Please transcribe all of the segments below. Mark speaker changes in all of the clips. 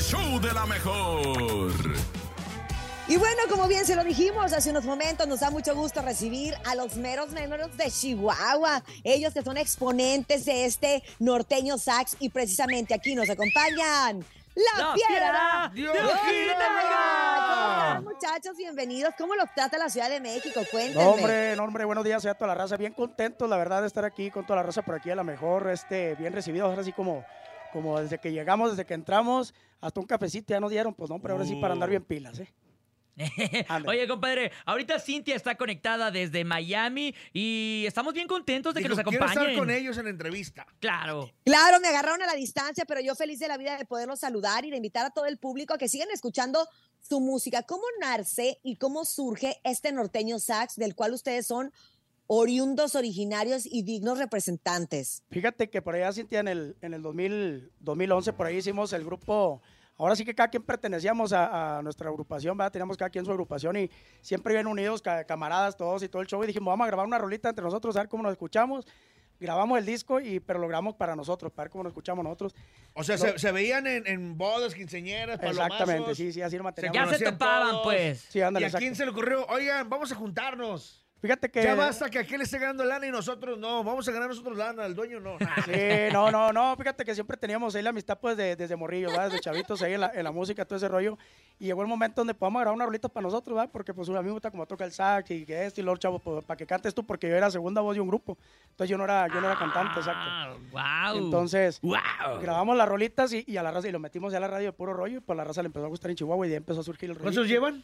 Speaker 1: show de la mejor.
Speaker 2: Y bueno, como bien se lo dijimos hace unos momentos, nos da mucho gusto recibir a los meros meros de Chihuahua. Ellos que son exponentes de este norteño sax y precisamente aquí nos acompañan la, piedra.
Speaker 3: Dios
Speaker 2: de Ojitos. ¿Cómo
Speaker 3: Quita.
Speaker 2: están, muchachos? Bienvenidos. ¿Cómo los trata la Ciudad de México? Cuéntenme.
Speaker 3: No, hombre, no, hombre, buenos días, soy a toda la raza. Bien contento, la verdad, de estar aquí con toda la raza por aquí, a la mejor, este, bien recibidos, ahora sí como, como desde que llegamos, desde que entramos, hasta un cafecito ya nos dieron, pues no, hombre, ahora sí para andar bien pilas, ¿eh? Ándale.
Speaker 4: Oye, compadre, ahorita Cintia está conectada desde Miami y estamos bien contentos de que
Speaker 5: Dijo,
Speaker 4: nos
Speaker 5: "Quiero
Speaker 4: acompañen.
Speaker 5: estar con ellos en entrevista.
Speaker 4: Claro.
Speaker 2: Claro, me agarraron a la distancia, pero yo feliz de la vida de poderlos saludar y de invitar a todo el público a que sigan escuchando su música. ¿Cómo nace y cómo surge este norteño sax del cual ustedes son oriundos, originarios y dignos representantes?
Speaker 3: Fíjate que por allá, Cintia, en el, en el 2000, 2011, por ahí hicimos el grupo. Ahora sí que cada quien pertenecíamos a, a nuestra agrupación, ¿verdad? Teníamos cada quien su agrupación y siempre bien unidos, ca- camaradas, todos y todo el show. Y dijimos, vamos a grabar una rolita entre nosotros, a ver cómo nos escuchamos. Grabamos el disco, y, pero lo grabamos para nosotros, para ver cómo nos escuchamos nosotros.
Speaker 5: O sea, se, se veían en, en bodas, quinceñeras, palomazos.
Speaker 3: Exactamente, sí, sí, así lo
Speaker 5: Se
Speaker 4: Ya
Speaker 3: manteníamos.
Speaker 4: se
Speaker 5: conocían
Speaker 4: topaban,
Speaker 5: todos.
Speaker 4: pues.
Speaker 3: Sí, ándale,
Speaker 5: ¿Y a
Speaker 3: exacto.
Speaker 5: quién se le ocurrió? Oigan, vamos a juntarnos.
Speaker 3: Fíjate que...
Speaker 5: Ya basta que aquel esté ganando lana y nosotros no. Vamos a ganar nosotros lana, el dueño no. Nah.
Speaker 3: Sí, no, no, no, fíjate que siempre teníamos ahí la amistad pues de- desde morrillo, ¿verdad? Desde chavitos ahí en la, en la música, todo ese rollo. Y llegó el momento donde podamos grabar una rolita para nosotros, ¿verdad? Porque pues a mí me gusta como toca el sax y que esto y lo otro, chavo, pues, para que cantes tú, porque yo era segunda voz de un grupo. Entonces yo no era, yo no era cantante, exacto.
Speaker 4: Wow.
Speaker 3: Entonces
Speaker 4: Wow.
Speaker 3: grabamos las rolitas y, y a la raza, y lo metimos ya a la radio de puro rollo, y pues la raza le empezó a gustar en Chihuahua y ya empezó a surgir el rollo.
Speaker 5: ¿Cuántos Pues, llevan?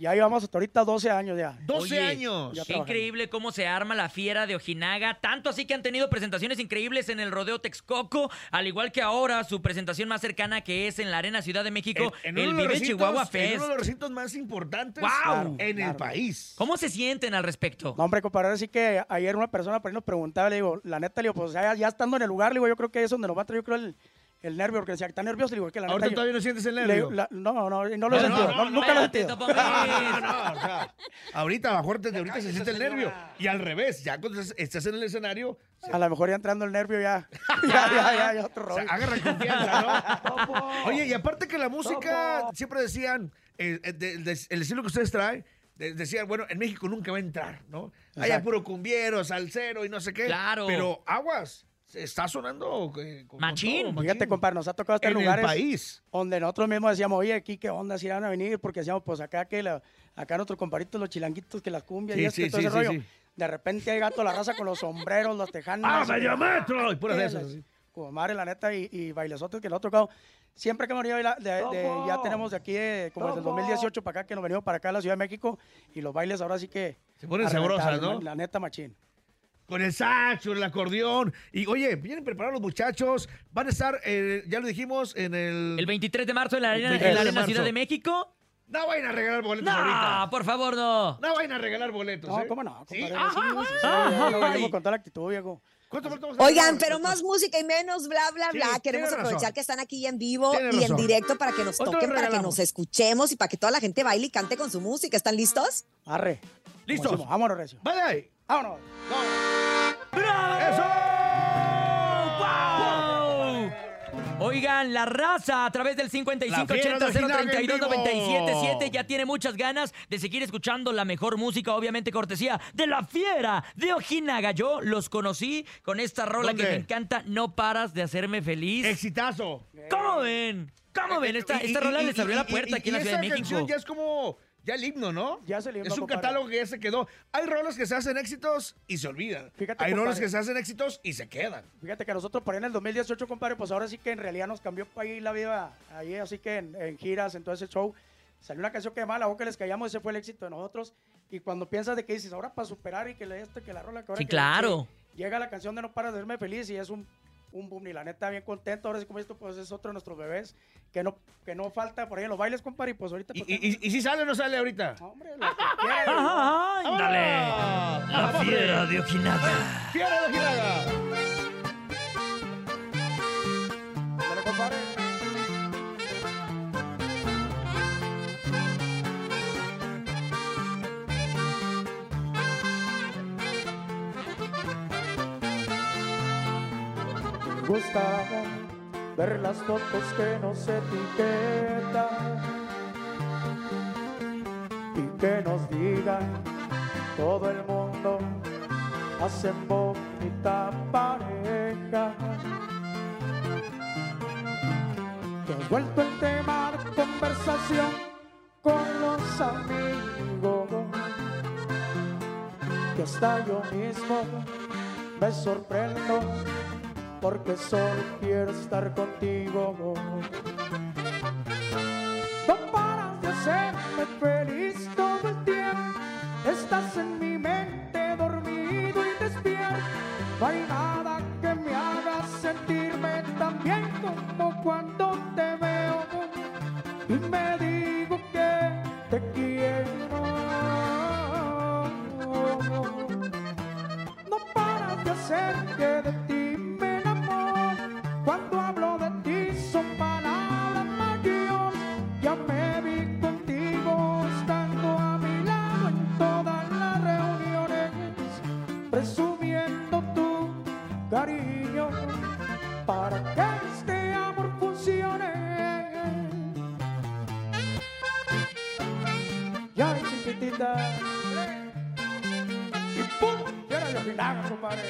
Speaker 3: Y ahí vamos hasta ahorita 12 años ya.
Speaker 5: 12
Speaker 4: Oye,
Speaker 5: años.
Speaker 3: ya
Speaker 4: Qué
Speaker 3: trabajando.
Speaker 4: increíble cómo se arma la fiera de Ojinaga. Tanto así que han tenido presentaciones increíbles en el Rodeo Texcoco, al igual que ahora su presentación más cercana que es en la Arena Ciudad de México,
Speaker 5: uno de
Speaker 4: el
Speaker 5: los
Speaker 4: Vive
Speaker 5: recintos-
Speaker 4: Chihuahua
Speaker 5: En
Speaker 4: Fest.
Speaker 5: uno de los recintos más importantes
Speaker 4: Claro,
Speaker 5: en el
Speaker 3: claro.
Speaker 5: país.
Speaker 4: ¿Cómo se sienten al respecto?
Speaker 3: No, hombre, compadre, así que ayer una persona por ahí nos preguntaba, le digo, la neta, le digo, pues ya, ya estando en el lugar, le digo, yo creo que es donde nos va a traer, yo creo, el, el nervio, porque si está nervioso, le digo, que la neta.
Speaker 5: Ahorita
Speaker 3: yo-
Speaker 5: todavía no sientes el
Speaker 3: le
Speaker 5: nervio.
Speaker 3: digo, la- no, no, no, no lo he
Speaker 5: No, no,
Speaker 3: sentido,
Speaker 5: no,
Speaker 3: no,
Speaker 5: no,
Speaker 3: nunca lo he
Speaker 4: espérate,
Speaker 3: sentido.
Speaker 4: Topo Mix.
Speaker 5: No, o sea, ahorita, acuérdate, de ahorita se siente el nervio. Y al revés, ya cuando estás- estás en el escenario,
Speaker 3: A lo mejor ya entrando el nervio, ya, ya, ya, ya, ya, otro
Speaker 5: O sea,
Speaker 3: rollo.
Speaker 5: agarra confianza, ¿no? Oye, y aparte que la música, siempre decían, eh, eh, de- de- el estilo que ustedes traen, de- decían, bueno, en México nunca va a entrar, ¿no? Hay
Speaker 3: Exacto.
Speaker 5: puro cumbiero, salsero y no sé qué.
Speaker 4: Claro.
Speaker 5: Pero aguas, se está sonando. eh, con- con
Speaker 4: Machín.
Speaker 5: todo,
Speaker 3: Fíjate, compadre, nos ha tocado estar
Speaker 5: En
Speaker 3: en
Speaker 5: el
Speaker 3: lugares
Speaker 5: país.
Speaker 3: donde nosotros mismos decíamos, oye, aquí, ¿qué onda? Si van a venir, porque decíamos, pues acá que la- acá nuestros comparitos, los chilanguitos, que las cumbias
Speaker 5: Sí,
Speaker 3: y este,
Speaker 5: sí,
Speaker 3: todo
Speaker 5: sí,
Speaker 3: ese
Speaker 5: sí,
Speaker 3: rollo.
Speaker 5: sí.
Speaker 3: De repente hay gato la raza con los sombreros, los tejanos.
Speaker 5: ¡Ah, medio metro! Y puras de esas. sí.
Speaker 3: Como madre, la neta, y, y bailesotes que nos ha tocado. Siempre que hemos venido, a bailar, de- de- ya tenemos de aquí, de- como desde el 2018 para acá, que nos venimos para acá a la Ciudad de México, y los bailes ahora sí que.
Speaker 5: Se ponen
Speaker 3: a reventar,
Speaker 5: sabrosas, ¿no?
Speaker 3: La, la neta, machín.
Speaker 5: Con el saxo, el acordeón. Y oye, vienen preparados los muchachos. Van a estar, eh, ya lo dijimos, en el...
Speaker 4: El 23 de marzo en la Arena, en la
Speaker 5: 23 de
Speaker 4: Arena
Speaker 5: marzo.
Speaker 4: Ciudad de México.
Speaker 5: No vayan a regalar boletos ahorita.
Speaker 4: No, por favor, no.
Speaker 5: No vayan a regalar boletos.
Speaker 3: No,
Speaker 5: ¿eh?
Speaker 3: cómo no,
Speaker 5: Sí,
Speaker 3: compadre.
Speaker 5: ah,
Speaker 3: sí, sí, sí,
Speaker 4: ajá.
Speaker 3: lo venimos con toda la actitud, viejo.
Speaker 5: ¿Cuánto falta? Pues Vamos a
Speaker 2: Oigan,
Speaker 5: regalar.
Speaker 2: pero más música y menos bla, bla,
Speaker 5: Sí,
Speaker 2: bla. Queremos
Speaker 5: tienes razón.
Speaker 2: aprovechar que están aquí en vivo
Speaker 5: Tienes
Speaker 2: y en
Speaker 5: razón.
Speaker 2: directo para que nos
Speaker 5: Otro
Speaker 2: toquen, para que
Speaker 5: regalamos.
Speaker 2: nos escuchemos y para que toda la gente baile y cante con su música. ¿Están listos?
Speaker 3: Arre.
Speaker 5: ¿Listos?
Speaker 3: Como decimos, Vámonos, Recio.
Speaker 5: Vale ahí.
Speaker 3: Vámonos.
Speaker 5: ¡Eso!
Speaker 4: ¡Wow! Oigan, la raza a través del
Speaker 5: La fiera de
Speaker 4: 5580-032-977 ya tiene muchas ganas de seguir escuchando la mejor música, obviamente cortesía de la fiera de Ojinaga. Yo los conocí con esta rola
Speaker 5: ¿Dónde?
Speaker 4: que me encanta, No paras de hacerme feliz.
Speaker 5: ¡Exitazo!
Speaker 4: ¿Cómo ven? ¿Cómo ven? Esta,
Speaker 5: Eh, Y- y-
Speaker 4: esta rola
Speaker 5: y-
Speaker 4: les abrió
Speaker 5: y-
Speaker 4: la
Speaker 5: y-
Speaker 4: puerta
Speaker 5: y-
Speaker 4: aquí en la
Speaker 5: y
Speaker 4: Ciudad de
Speaker 5: esa
Speaker 4: México.
Speaker 5: canción ya es como... Ya el himno, ¿no?
Speaker 3: Ya es el himno,
Speaker 5: Es un
Speaker 3: compadre.
Speaker 5: catálogo que ya se quedó. Hay roles que se hacen éxitos y se olvidan.
Speaker 3: Fíjate,
Speaker 5: Hay roles
Speaker 3: compadre.
Speaker 5: que se hacen éxitos y se quedan.
Speaker 3: Fíjate que nosotros por ahí en el 2018, compadre, pues ahora sí que en realidad nos cambió para ahí la vida, ahí así que en, en giras, en todo ese show, salió una canción que llamaba La Boca les callamos, ese fue el éxito de nosotros, y cuando piensas de que dices, ahora para superar y que le esto, que la rola, que ahora
Speaker 4: Sí,
Speaker 3: que
Speaker 4: claro.
Speaker 3: sí, llega la canción de No para de hacerme feliz y es un, un boom, y la neta, bien contento, ahora sí como esto, pues es otro de nuestros bebés, que no, que no falta por ahí en los bailes, compadre, y pues ahorita...
Speaker 5: ¿Y,
Speaker 3: Pues,
Speaker 5: y- y- y si sale o no sale ahorita?
Speaker 3: Hombre, lo que quieras,
Speaker 4: Ajá, ándale.
Speaker 5: ¡Vámonos!
Speaker 4: La fiera de Ojinaga.
Speaker 5: ¡Fiera de Giraga!
Speaker 3: ándale, compadre. Gustavo, ver las fotos que nos etiquetan y que nos digan todo el mundo hacen bonita pareja. Te has vuelto el tema de conversación con los amigos que hasta yo mismo me sorprendo porque solo quiero estar contigo. No paras de hacerme feliz todo el tiempo. Estás en mi mente dormido y despierto. No hay nada que me haga sentirme tan bien como cuando te veo. Y me digo que te quiero. No paras de hacer que de ti me enamoro. Cuando hablo de ti son palabras mayores. Ya me vi contigo estando a mi lado en todas las reuniones, presumiendo tu cariño para que este amor funcione. Ya chiquitita. Y pum, y ahora yo milagro, compadre.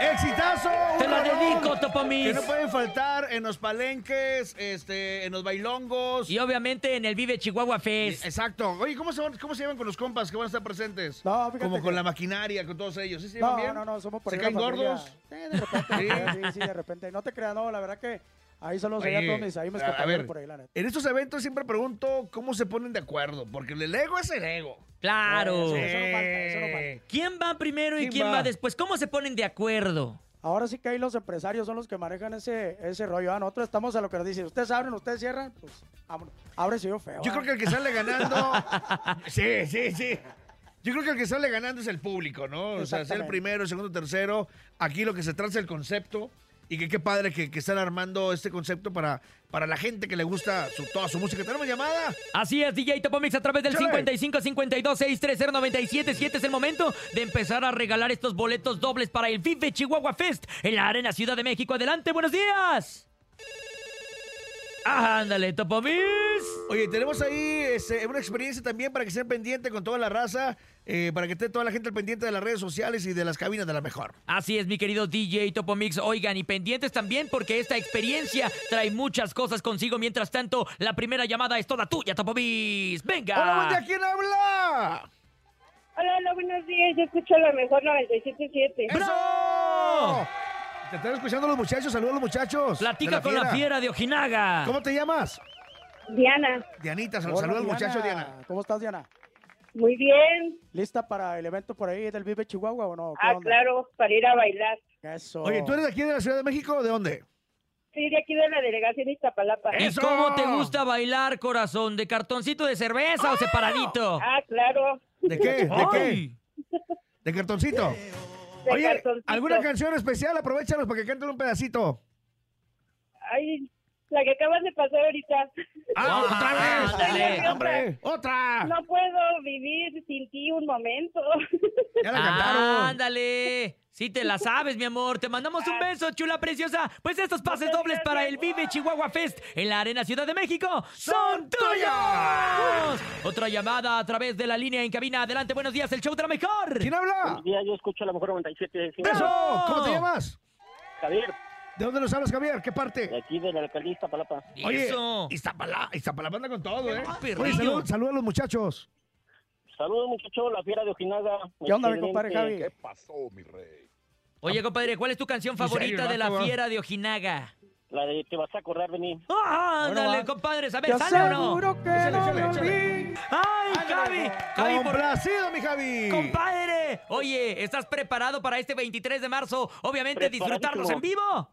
Speaker 5: ¡Exitazo!
Speaker 4: Te
Speaker 5: un
Speaker 4: la
Speaker 5: rolón
Speaker 4: dedico, Topomis.
Speaker 5: Que no pueden faltar en los palenques, este, en los bailongos.
Speaker 4: Y obviamente en el Vive Chihuahua Fest.
Speaker 5: Exacto. Oye, ¿cómo se, van- ¿cómo se llevan con los compas que van a estar presentes?
Speaker 3: No, fíjate
Speaker 5: Como con
Speaker 3: que-
Speaker 5: la maquinaria, con todos ellos. ¿Sí se llevan
Speaker 3: No,
Speaker 5: bien?
Speaker 3: no, no, somos por
Speaker 5: ¿Se
Speaker 3: ahí
Speaker 5: caen
Speaker 3: una familia.
Speaker 5: gordos?
Speaker 3: Sí, de repente.
Speaker 5: Sí.
Speaker 3: sí, sí, sí, de repente. No te creas, no, la verdad que ahí solo se
Speaker 5: Oye,
Speaker 3: todos mis, ahí me
Speaker 5: a- a ver,
Speaker 3: por ahí, la neta.
Speaker 5: en estos eventos siempre pregunto cómo se ponen de acuerdo, porque el ego es el ego. Eh,
Speaker 4: Claro.
Speaker 3: Sí. Eso no falta, eso no falta.
Speaker 4: ¿Quién va primero y
Speaker 5: ¿Quién
Speaker 4: quién
Speaker 5: va?
Speaker 4: va después? ¿Cómo se ponen de acuerdo?
Speaker 3: Ahora sí que ahí los empresarios son los que manejan ese, ese rollo. Ah, nosotros estamos a lo que nos dicen. Ustedes abren, ustedes cierran, pues vámonos. Abre yo feo.
Speaker 5: Yo
Speaker 3: ah.
Speaker 5: creo que el que sale ganando. sí, sí, sí. Yo creo que el que sale ganando es el público, ¿no? O sea, sea el
Speaker 3: Exactamente.
Speaker 5: primero, el segundo, tercero. Aquí lo que se trata es el concepto. Y que qué padre que, que están armando este concepto para, para la gente que le gusta su, toda su música. ¿Tenemos llamada?
Speaker 4: Así es, DJ Topomix, a través del
Speaker 5: Chale.
Speaker 4: 5552-630-977. Es el momento de empezar a regalar estos boletos dobles para el Vive Chihuahua Fest en la Arena Ciudad de México. Adelante, buenos días. Ándale, Topomix.
Speaker 5: Oye, tenemos ahí este, una experiencia también para que estén pendientes con toda la raza, eh, para que esté toda la gente al pendiente de las redes sociales y de las cabinas de la mejor.
Speaker 4: Así es, mi querido DJ Topomix. Oigan, y pendientes también porque esta experiencia trae muchas cosas consigo. Mientras tanto, la primera llamada es toda tuya, Topomix. Venga.
Speaker 5: Hola, buen día, ¿quién habla?
Speaker 6: Hola, hola, buenos días. Yo escucho la mejor 97.7.
Speaker 5: ¡Eso! Te están escuchando los muchachos, saludos a los muchachos.
Speaker 4: Platica
Speaker 5: de
Speaker 4: con la fiera de Ojinaga.
Speaker 5: ¿Cómo te llamas?
Speaker 6: Diana,
Speaker 5: Dianita, sal-
Speaker 3: Hola,
Speaker 5: saludos al muchacho, Diana.
Speaker 3: ¿Cómo estás, Diana?
Speaker 6: muy bien.
Speaker 3: ¿Lista para el evento por ahí del Vive Chihuahua o no? ¿Qué
Speaker 6: Ah,
Speaker 3: onda?
Speaker 6: claro, para ir a bailar.
Speaker 3: Eso.
Speaker 5: Oye, ¿tú eres de aquí de la Ciudad de México o de dónde?
Speaker 6: Sí, de aquí de la delegación Iztapalapa.
Speaker 4: ¿Y
Speaker 5: ¿Eh? ¡Eso!
Speaker 4: cómo te gusta bailar, corazón? ¿De cartoncito de cerveza o separadito?
Speaker 6: Ah, claro.
Speaker 5: ¿De qué? ¿De qué?
Speaker 4: ¡Ay!
Speaker 5: ¿De cartoncito?
Speaker 6: De
Speaker 5: Oye,
Speaker 6: cartoncito.
Speaker 5: ¿alguna canción especial? Aprovechanos para que canten un pedacito.
Speaker 6: Ay, la que acabas de pasar ahorita.
Speaker 5: ¡Ah,
Speaker 4: Ah,
Speaker 5: otra vez!
Speaker 6: ándale.
Speaker 5: ¡Hombre! ¡Otra!
Speaker 6: No puedo vivir sin ti un momento.
Speaker 5: Ya la cantaron.
Speaker 4: Ah, ¡Ándale! Sí te la sabes, mi amor. Te mandamos un beso, chula preciosa. Pues estos pases dobles para el Vive Chihuahua Fest en la Arena Ciudad de México son tuyos. Otra llamada a través de la línea en cabina. Adelante, buenos días, el show de la mejor.
Speaker 5: ¿Quién habla?
Speaker 7: Buenos días, yo escucho a la mejor 97. sí.
Speaker 5: ¡Beso!
Speaker 4: ¡Bravo!
Speaker 5: ¿Cómo te llamas?
Speaker 7: Javier,
Speaker 5: ¿De dónde nos hablas, Javier? ¿Qué
Speaker 7: de
Speaker 5: parte?
Speaker 7: aquí de la alcaldía Palapa.
Speaker 5: Oye,
Speaker 4: Eso.
Speaker 5: Iztapalapa, Iztapalapa anda con todo, ¿eh?
Speaker 4: perrillo.
Speaker 5: Oye, salud, salud a los muchachos.
Speaker 7: Saludos, muchachos, la fiera de Ojinaga.
Speaker 3: ¿Qué onda, mi
Speaker 7: Excelente.
Speaker 3: compadre Javi?
Speaker 4: Oye, compadre, ¿cuál es tu canción
Speaker 5: serio,
Speaker 4: favorita de
Speaker 5: el vato
Speaker 4: la
Speaker 5: va.
Speaker 4: fiera de Ojinaga?
Speaker 7: La de te vas a acordar de mí.
Speaker 4: Ah,
Speaker 3: Bueno,
Speaker 4: ándale,
Speaker 3: va.
Speaker 4: compadre,
Speaker 3: Yo
Speaker 4: ¿sabes? ¿Sale o no?
Speaker 3: seguro que
Speaker 5: Échale,
Speaker 3: no
Speaker 5: échale,
Speaker 3: lo
Speaker 5: échale.
Speaker 3: vi.
Speaker 4: ¡Ay, Javi! Javi, por-
Speaker 5: ¡Complacido, mi Javi!
Speaker 4: ¡Compadre! Oye, ¿estás preparado para este 23 de marzo? Obviamente disfrutarnos en vivo.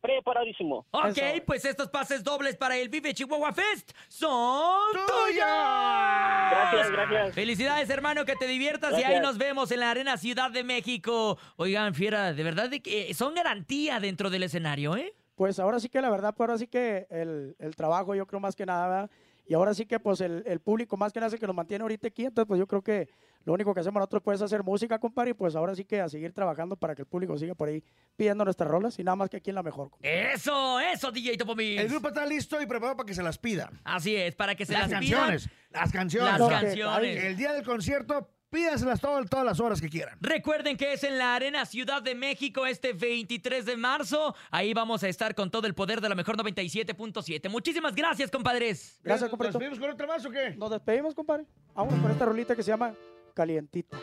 Speaker 7: Preparadísimo.
Speaker 4: Ok,
Speaker 3: Eso.
Speaker 4: pues estos pases dobles para el Vive Chihuahua Fest son tuyos.
Speaker 7: Gracias,
Speaker 3: Ah.
Speaker 7: gracias.
Speaker 4: Felicidades, hermano, que te diviertas y ahí
Speaker 7: Gracias.
Speaker 4: nos vemos en la Arena Ciudad de México. Oigan, fiera, de verdad de que son garantía dentro del escenario, ¿eh?
Speaker 3: Pues ahora sí que la verdad, pues ahora sí que el, el trabajo, yo creo más que nada, ¿verdad? Y ahora sí que pues el, el público más que nada es el que nos mantiene ahorita aquí, entonces pues yo creo que lo único que hacemos nosotros pues es hacer música, compadre, y pues ahora sí que a seguir trabajando para que el público siga por ahí pidiendo nuestras rolas y nada más que aquí en la mejor. compadre.
Speaker 4: Eso, eso, DJ Topo Mix.
Speaker 5: El grupo está listo y preparado para que se las pida.
Speaker 4: Así es, para que se las,
Speaker 5: las, canciones.
Speaker 4: pidan.
Speaker 5: Las canciones.
Speaker 4: Las
Speaker 5: Lo que-
Speaker 4: canciones.
Speaker 5: El día del concierto, pídanselas todo- todas las horas que quieran.
Speaker 4: Recuerden que es en la Arena Ciudad de México este 23 de marzo. Ahí vamos a estar con todo el poder de la mejor 97.7. Muchísimas gracias, compadres.
Speaker 3: Gracias, compadrito.
Speaker 5: ¿Nos vemos con otra más o qué?
Speaker 3: Nos despedimos, compadre. Vamos con esta rolita que se llama Calientita.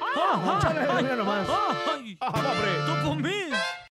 Speaker 5: Chale, mira nomás.
Speaker 4: ¡Ay!
Speaker 5: Ah, hombre.
Speaker 4: ¡Topo Mix!